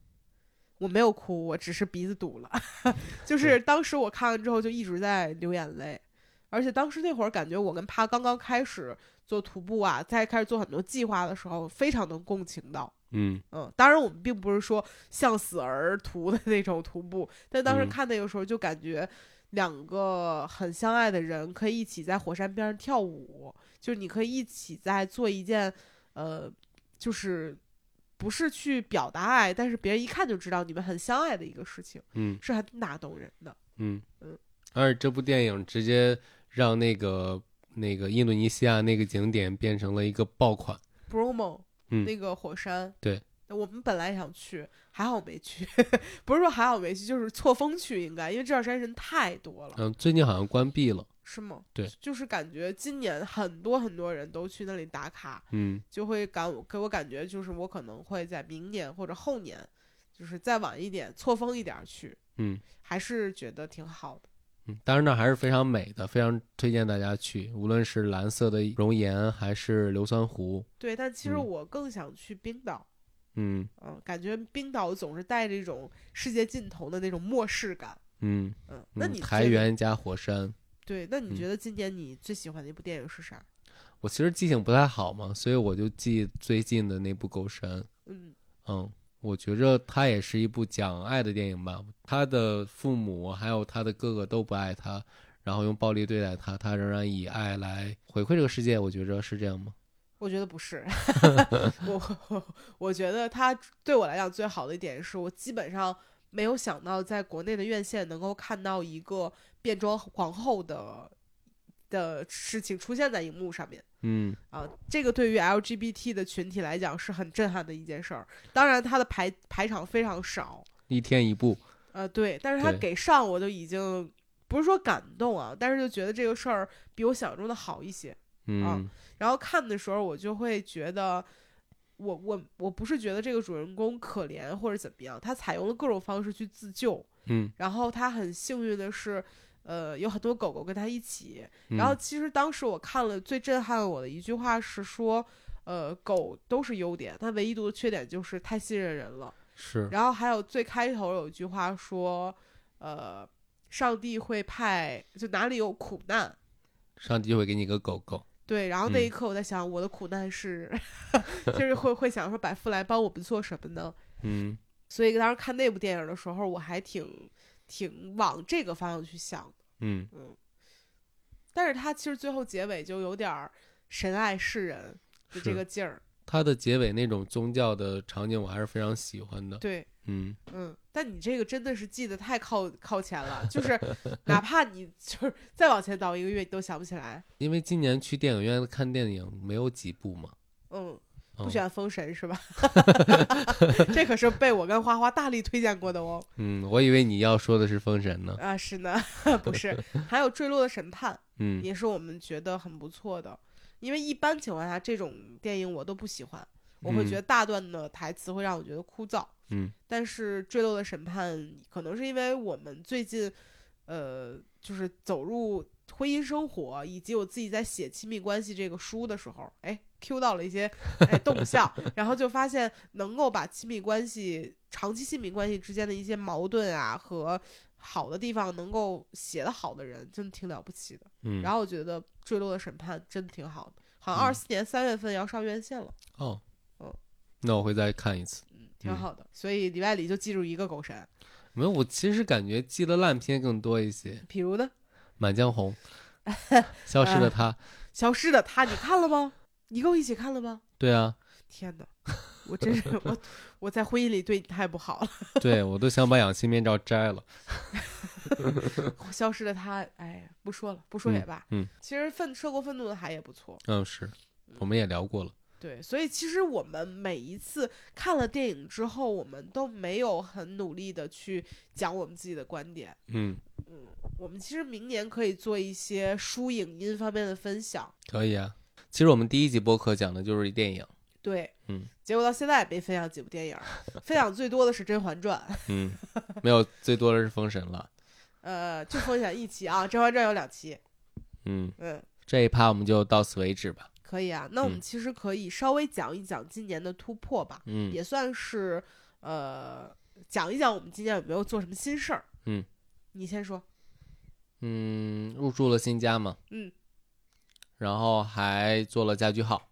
我没有哭，我只是鼻子堵了， 就是当时我看完之后就一直在流眼泪，而且当时那会儿感觉我跟帕刚刚开始做徒步啊，在开始做很多计划的时候，非常能共情到。
嗯
嗯，当然我们并不是说向死而徒的那种徒步，但当时
嗯
看那个时候就感觉两个很相爱的人可以一起在火山边上跳舞，就是你可以一起在做一件，呃，就是不是去表达爱，但是别人一看就知道你们很相爱的一个事情，
嗯
是很打动人的。
嗯
嗯，
而且这部电影直接让那个那个印度尼西亚那个景点变成了一个爆款。
Bromo，、
嗯
那个火山，
对。
我们本来想去，还好没去。 不是说还好没去，就是错峰去，应该因为这段时间人太多了。
嗯，最近好像关闭了。
是吗？
对，
就是感觉今年很多很多人都去那里打卡，
嗯
就会感给我感觉就是我可能会在明年或者后年，就是再晚一点错峰一点儿去，
嗯
还是觉得挺好的。
嗯，当然那还是非常美的，非常推荐大家去，无论是蓝色的熔岩还是硫酸湖，
对，但其实
嗯
我更想去冰岛，
嗯
嗯，感觉冰岛总是带着一种世界尽头的那种漠视感，
嗯
嗯，那
嗯，
你
台
觉得
原加火山。
对，那你
嗯
觉得今年你最喜欢的一部电影是啥？
我其实记性不太好嘛，所以我就记最近的那部《狗神》。
嗯
嗯，我觉着它也是一部讲爱的电影吧。他的父母还有他的哥哥都不爱他，然后用暴力对待他，他仍然以爱来回馈这个世界。我觉着是这样吗？
我觉得不是， 我我我觉得它对我来讲最好的一点是我基本上没有想到在国内的院线能够看到一个变装皇后的的事情出现在荧幕上面
嗯
啊，这个对于 LGBT 的群体来讲是很震撼的一件事儿。当然，它的排排场非常少，
一天一部，
呃，对，但是他
对
给上我就已经不是说感动啊，但是就觉得这个事儿比我想象中的好一些。
嗯、
啊然后看的时候，我就会觉得，我我我不是觉得这个主人公可怜或者怎么样，他采用了各种方式去自救，
嗯，
然后他很幸运的是。呃，有很多狗狗跟他一起。
嗯
然后其实当时我看了最震撼我的一句话是说，呃，狗都是优点，它唯一独的缺点就是太信任人了。
是
然后还有最开头有一句话说，呃，上帝会派，就哪里有苦难。
上帝就会给你一个狗狗。
对，然后那
嗯
一刻我在想，我的苦难是， 就是会会想说，百富来帮我们做什么呢？
嗯
所以当时看那部电影的时候，我还挺挺往这个方向去想的。
嗯
但是他其实最后结尾就有点儿神爱世人的这
是
个劲儿。
它的结尾那种宗教的场景，我还是非常喜欢的。
对，
嗯，
嗯，但你这个真的是记得太靠靠前 了，就是哪怕你 就是再往前倒一个月，你都想不起来。
因为今年去电影院看电影没有几部嘛。
嗯，
嗯
不喜欢封神是吧？ 这可是被我跟花花大力推荐过的哦。
嗯，我以为你要说的是《封神》呢。
啊，是呢， 不是，还有《坠落的审判
嗯》
也是我们觉得很不错的，因为一般情况下这种电影我都不喜欢，我会
嗯
觉得大段的台词会让我觉得枯燥。
嗯
但是《坠落的审判》可能是因为我们最近，呃，就是走入婚姻生活，以及我自己在写亲密关系这个书的时候，哎，Q 到了一些哎 动向，然后就发现能够把亲密关系、长期亲密关系之间的一些矛盾啊和好的地方能够写得好的人，真的挺了不起的。
嗯。
然后我觉得《坠落的审判》真的挺好的，好像二
嗯
四年三月份要上院线了，
哦
嗯，
那我会再看一次。
嗯，挺
嗯
好的。所以里外里就记住一个狗神，
没有，我其实感觉记得烂片更多一些，《
比如呢？
满江 红》《消失的她》
嗯消失的他，你看了吗？你跟我一起看了吗？
对啊，
天哪，我真是 我我在婚姻里对你太不好了。
对我都想把氧气面罩摘了。
消失的他，哎，不说了，不说也罢。
嗯嗯
其实愤涉过愤怒的海也不错。
嗯，是，我们也聊过了。
对，所以其实我们每一次看了电影之后，我们都没有很努力的去讲我们自己的观点。
嗯，
嗯，我们其实明年可以做一些书影音方面的分享。
可以啊。其实我们第一集播客讲的就是电影。
对，
嗯，
结果到现在也没分享几部电影儿， 分享最多的是《甄嬛传》。
嗯，没有，最多的是《封神》了。
呃，就分享一期啊，《甄嬛传》有两期，
嗯，
嗯，
这一趴我们就到此为止吧。
可以啊。那我们
嗯
其实可以稍微讲一讲今年的突破吧，
嗯
也算是呃讲一讲我们今年有没有做什么新事儿。
嗯，
你先说。
嗯，入住了新家嘛。
嗯，
然后还做了家居号，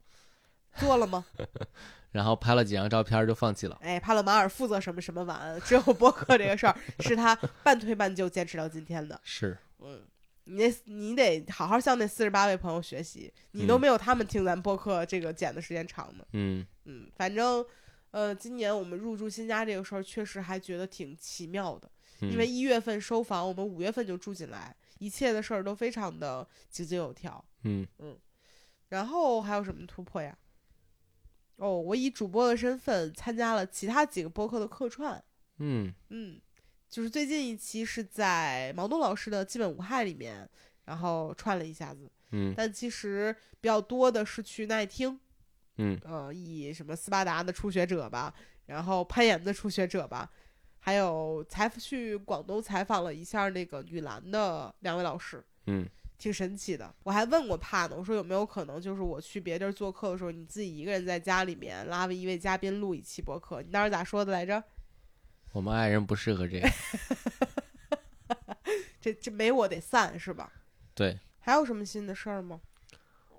做了吗？
然后拍了几张照片就放弃了。
哎，帕洛马尔负责什么什么碗，只有播客这个事儿是他半推半就坚持到今天的。
是，
嗯，你那，你得好好向那四十八位朋友学习，你都
嗯
没有他们听咱播客这个剪的时间长呢。
嗯
嗯，反正，呃，今年我们入住新家这个事儿，确实还觉得挺奇妙的，
嗯，
因为一月份收房，我们五月份就住进来，一切的事儿都非常的井井有条。
嗯
然后还有什么突破呀？哦，我以主播的身份参加了其他几个播客的客串，
嗯
嗯，就是最近一期是在毛东老师的《基本无害》里面，然后串了一下子，
嗯
但其实比较多的是去耐听，
嗯
呃，以什么斯巴达的初学者吧，然后攀岩的初学者吧，还有采去广东采访了一下那个女篮的两位老师，
嗯，
挺神奇的。我还问过帕呢，我说有没有可能就是我去别地儿做客的时候，你自己一个人在家里面拉一位嘉宾录一期播客？你当时咋说的来着？
我们爱人不适合这 样。
这这没我得散是吧？
对
还有什么新的事儿吗？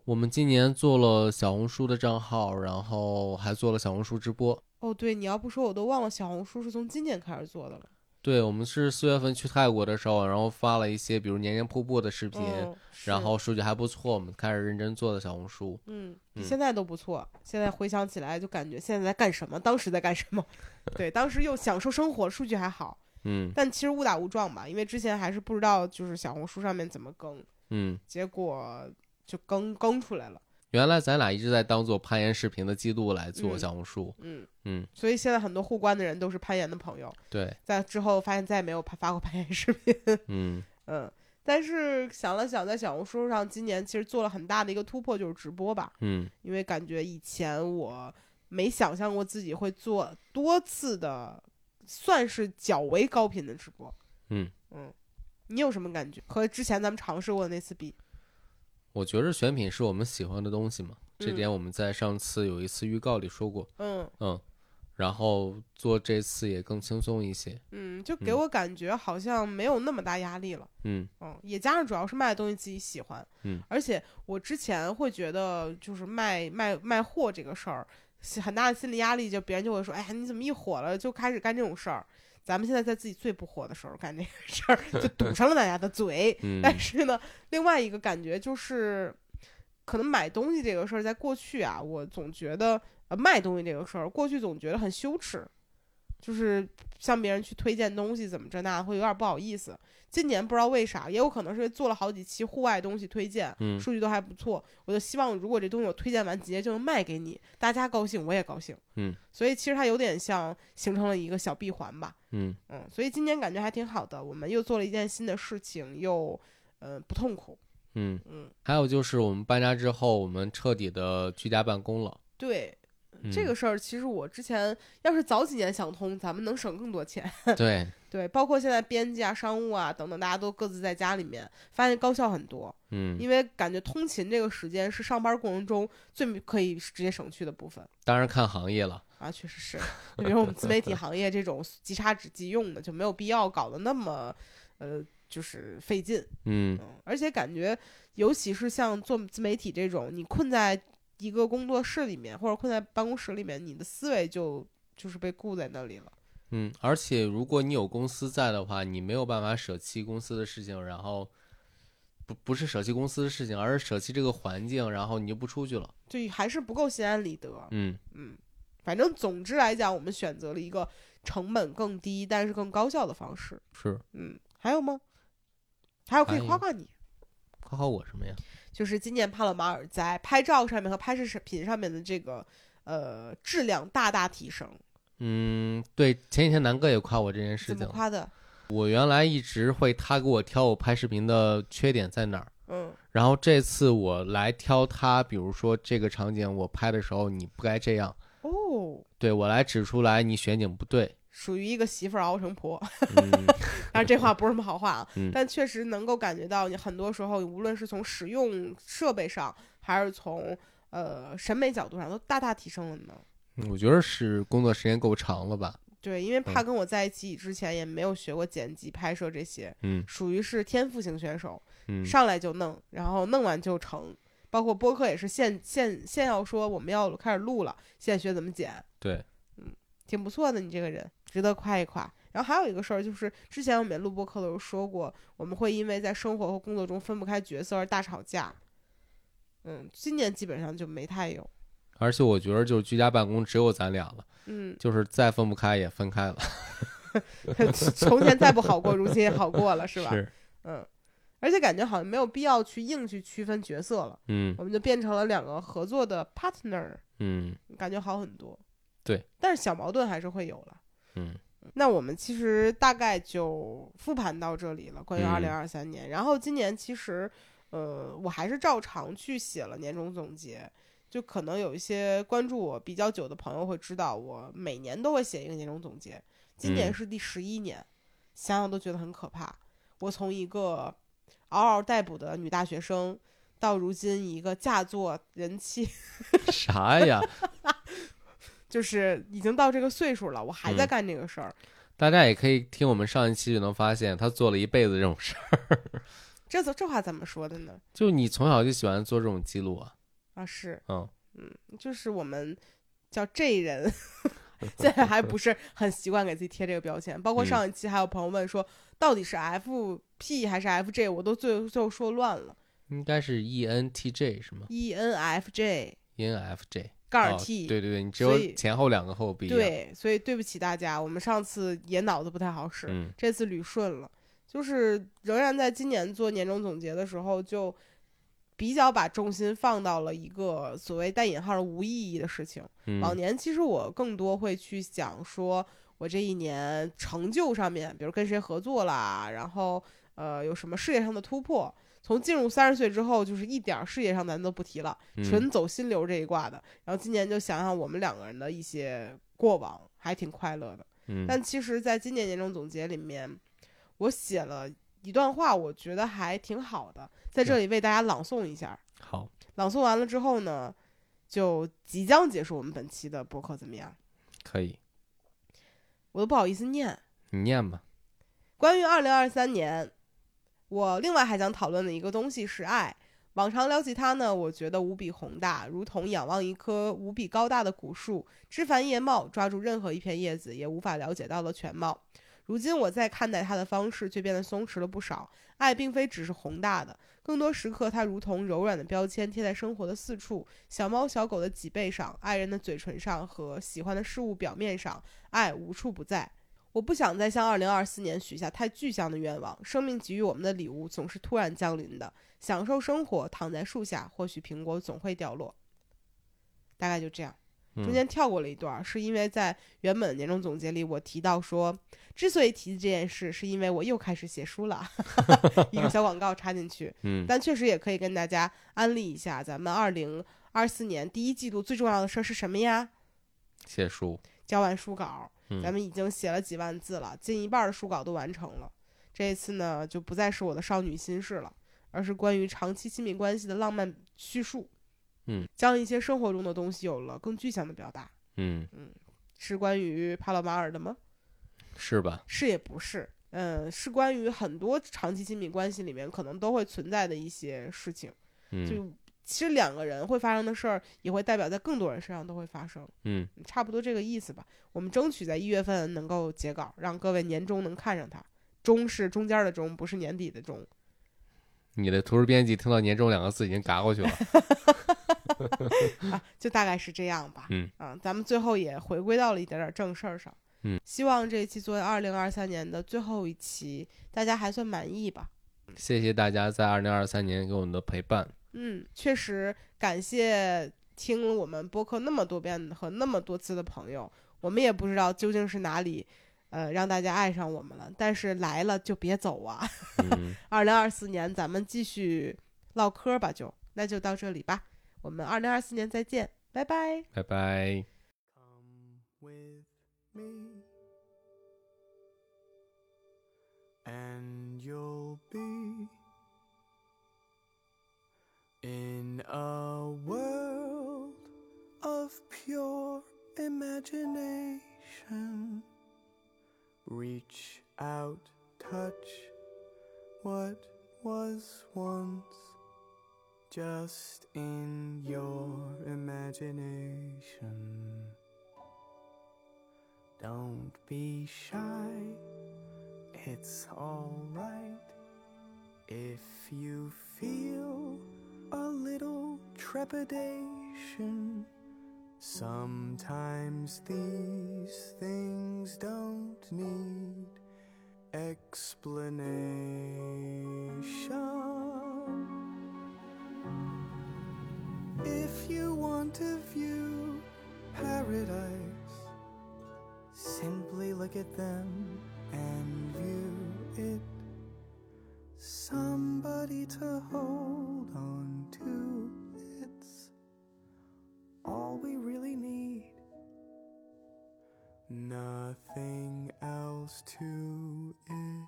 我们今年做了小红书的账号，然后还做了小红书直播。
哦，对，你要不说我都忘了，小红书是从今年开始做的了。
对，我们是四月份去泰国的时候，然后发了一些比如年年瀑布的视频，
嗯，是
然后数据还不错，我们开始认真做的小红书。
嗯，比
嗯
现在都不错。现在回想起来，就感觉现在在干什么，当时在干什 么。对，当时又享受生活，数据还好，
嗯
但其实误打误撞吧，因为之前还是不知道就是小红书上面怎么更，
嗯，
结果就更更出来了。
原来咱俩一直在当做攀岩视频的记录来做
嗯
小红书。
嗯，
嗯，
所以现在很多互关的人都是攀岩的朋友，
对，
在之后发现再也没有发发过攀岩视频。
嗯
嗯，但是想了想，在小红书上今年其实做了很大的一个突破，就是直播吧。
嗯
因为感觉以前我没想象过自己会做多次的，算是较为高频的直播。
嗯
嗯，你有什么感觉？和之前咱们尝试过的那次比，
我觉着选品是我们喜欢的东西嘛，这
嗯
点我们在上次有一次预告里说过。
嗯
嗯，然后做这次也更轻松一些。
嗯，就给
嗯
我感觉好像没有那么大压力了。
嗯
嗯，也加上主要是卖的东西自己喜欢，
嗯，
而且我之前会觉得就是卖卖卖货这个事儿，是很大的心理压力，就别人就会说，哎呀，你怎么一火了就开始干这种事儿？咱们现在在自己最不火的时候干这个事儿，就堵上了大家的嘴。
嗯
但是呢，另外一个感觉就是，可能买东西这个事儿，在过去啊，我总觉得呃卖东西这个事儿，过去总觉得很羞耻，就是向别人去推荐东西怎么着那，会有点不好意思。今年不知道为啥，也有可能是因为做了好几期户外东西推荐，
嗯
数据都还不错，我就希望如果这东西我推荐完，直接就能卖给你，大家高兴，我也高兴。
嗯，
所以其实它有点像形成了一个小闭环吧。
嗯
嗯，所以今年感觉还挺好的，我们又做了一件新的事情，又呃不痛苦。
嗯，
嗯，
还有就是我们搬家之后，我们彻底的居家办公了。嗯
对。嗯这个事儿其实我之前要是早几年想通，咱们能省更多钱。
嗯对，
对，包括现在编辑啊、商务啊等等，大家都各自在家里面，发现高效很多。
嗯，
因为感觉通勤这个时间是上班过程中最可以直接省去的部分
当然看行业了。
啊，确实是。就比如我们自媒体行业这种即插即即用的，就没有必要搞得那么呃，就是费劲。
嗯
嗯，而且感觉，尤其是像做自媒体这种，你困在一个工作室里面，或者困在办公室里面，你的思维就就是被固在那里了。
嗯，而且如果你有公司在的话，你没有办法舍弃公司的事情，然后不不是舍弃公司的事情，而是舍弃这个环境，然后你就不出去了。
就还是不够心安理得，
嗯
嗯，反正总之来讲，我们选择了一个成本更低，但是更高效的方式。
是，
嗯，还有吗？还有可以
还
夸
有
夸你，
夸夸我什么呀？
就是今年帕洛马尔在拍照上面和拍摄视频上面的这个呃质量大大提升，
嗯，对，前几天南哥也夸我这件事
怎么
情，
夸的？
我原来一直会他给我挑我拍视频的缺点在哪儿，
嗯
然后这次我来挑他，比如说这个场景我拍的时候你不该这样，
哦，
对我来指出来你选景不 对，
属于一个媳妇儿熬成婆。
嗯
但是这话不是什么好话啊，
嗯
但确实能够感觉到，你很多时候无论是从使用设备上，还是从呃审美角度上，都大大提升了呢。
我觉得是工作时间够长了吧，
对，
嗯
因为怕跟我在一起之前也没有学过剪辑、拍摄这些，
嗯
属于是天赋型选手，
嗯
上来就弄，然后弄完就成。包括播客也是现现现要说我们要开始录了，现在学怎么剪，
对，
挺不错的，你这个人值得夸一夸。然后还有一个事儿，就是之前我们录播课的时候说过，我们会因为在生活和工作中分不开角色而大吵架。嗯，今年基本上就没太有。
而且我觉得就是居家办公只有咱俩了，，
嗯
就是再分不开也分开了，
从前再不好过，如今也好过了，是吧？
是
嗯，而且感觉好像没有必要去硬去区分角色了，
嗯
我们就变成了两个合作的 partner，
嗯
感觉好很多。
对，
但是小矛盾还是会有了。
嗯
那我们其实大概就复盘到这里了，关于二
嗯
零二三年。然后今年其实，呃，我还是照常去写了年终总结，就可能有一些关注我比较久的朋友会知道，我每年都会写一个年终总结，今年
嗯
是第十一年，想想都觉得很可怕。我从一个嗷嗷待哺的女大学生，到如今一个嫁作人妻，
啥呀？
就是已经到这个岁数了，我还在
嗯
干这个事儿，
大家也可以听我们上一期就能发现，他做了一辈子这种事儿。
这这话怎么说的呢？
就你从小就喜欢做这种记录啊？
啊，是，
嗯，
就是我们叫 J 人， 现在还不是很习惯给自己贴这个标签。包括
嗯
上一期还有朋友问说，到底是 FP 还是 FJ，我都最最后说乱了 E
应该是 E ENTJ 是吗？E
，ENFJ
？ENFJ
杠
哦
T，、
对对对，你只
所
有
以
前后两个后不一啊样。
对所以对不起大家，我们上次也脑子不太好使，
嗯
这次捋顺了，就是仍然在今年做年终总结的时候，就比较把重心放到了一个所谓带引号的无意义的事情。往
嗯
年其实我更多会去想说，我这一年成就上面，比如跟谁合作啦，然后呃有什么事业上的突破。从进入三十岁之后，就是一点儿事业上咱都不提了，
嗯
纯走心流这一挂的。然后今年就想想我们两个人的一些过往，还挺快乐的。
嗯
但其实，在今年年终总结里面，我写了一段话，我觉得还挺好的，在这里为大家朗诵一下。
好，
朗诵完了之后呢，就即将结束我们本期的播客，怎么样？
可以，
我都不好意思念。
你念吧。
关于二零二三年，我另外还想讨论的一个东西是爱。往常聊起它呢，我觉得无比宏大，如同仰望一棵无比高大的古树，枝繁叶茂，抓住任何一片叶子也无法了解到的全貌。如今我在看待它的方式却变得松弛了不少。爱并非只是宏大的，更多时刻它如同柔软的标签贴在生活的四处，小猫小狗的脊背上，爱人的嘴唇上和喜欢的事物表面上，爱无处不在。我不想再向二零二四年许下太具象的愿望。生命给予我们的礼物总是突然降临的。享受生活，躺在树下，或许苹果总会掉落。大概就这样。中
嗯
间跳过了一段儿，是因为在原本的年终总结里，我提到说，之所以提及这件事，是因为我又开始写书了， 一个小广告插进去。
嗯，
但确实也可以跟大家安利一下，咱们二零二四年第一季度最重要的事儿是什么呀？
谢叔，
交完书稿，
嗯
咱们已经写了几万字了，近一半儿的书稿都完成了。这一次呢，就不再是我的少女心事了，而是关于长期亲密关系的浪漫叙述。
嗯，
将一些生活中的东西有了更具象的表达，
嗯，
是关于帕洛马尔的吗？
是吧？
是也不是，嗯，是关于很多长期亲密关系里面可能都会存在的一些事情。
嗯
就其实两个人会发生的事儿，也会代表在更多人身上都会发生。
嗯，
差不多这个意思吧。我们争取在一月份能够截稿，让各位年终能看上它。中是中间的中，不是年底 的中。
你的图书编辑听到“年终”两个字已经嘎过去了。
啊就大概是这样吧。
嗯，
啊，咱们最后也回归到了一点点正事儿上。
嗯，
希望这一期作为二零二三年的最后一期，大家还算满意吧。
谢谢大家在二零二三年给我们的陪伴。
嗯，确实感谢听了我们播客那么多遍和那么多次的朋友，我们也不知道究竟是哪里，呃，让大家爱上我们了。但是来了就别走啊！
嗯，
二零二四年咱们继续唠嗑吧就，那就到这里吧，我们二零二四年再见，拜拜。
拜拜。
Come with me, and you'll be in a world of pure imagination. Reach out, touch what was once just in your imagination. Don't be shy, it's alright if you feel a little trepidation. Sometimes these things don't need explanation. If you want to view paradise, simply look at them and view it. Somebody to hold on to, it's belongs to it.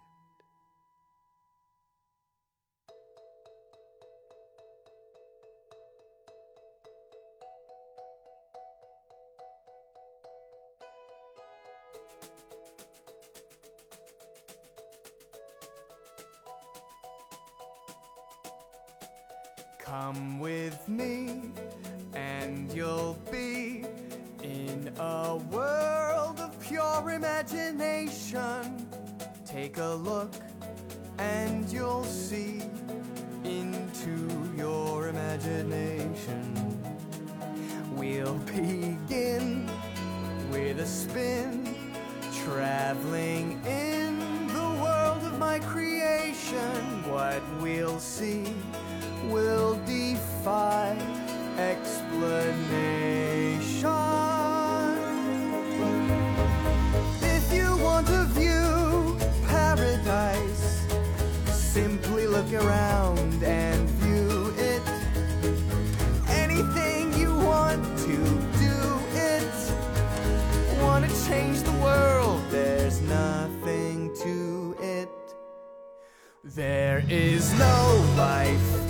Come with me, and you'll be in a world of pure imagination. Take a look, and you'll see into your imagination. We'll begin with a spin, traveling in the world of my creation. What we'll see will defy explanation. If you want to view paradise, simply look around and view it anything you want to do it want to change the world there's nothing to it there is no life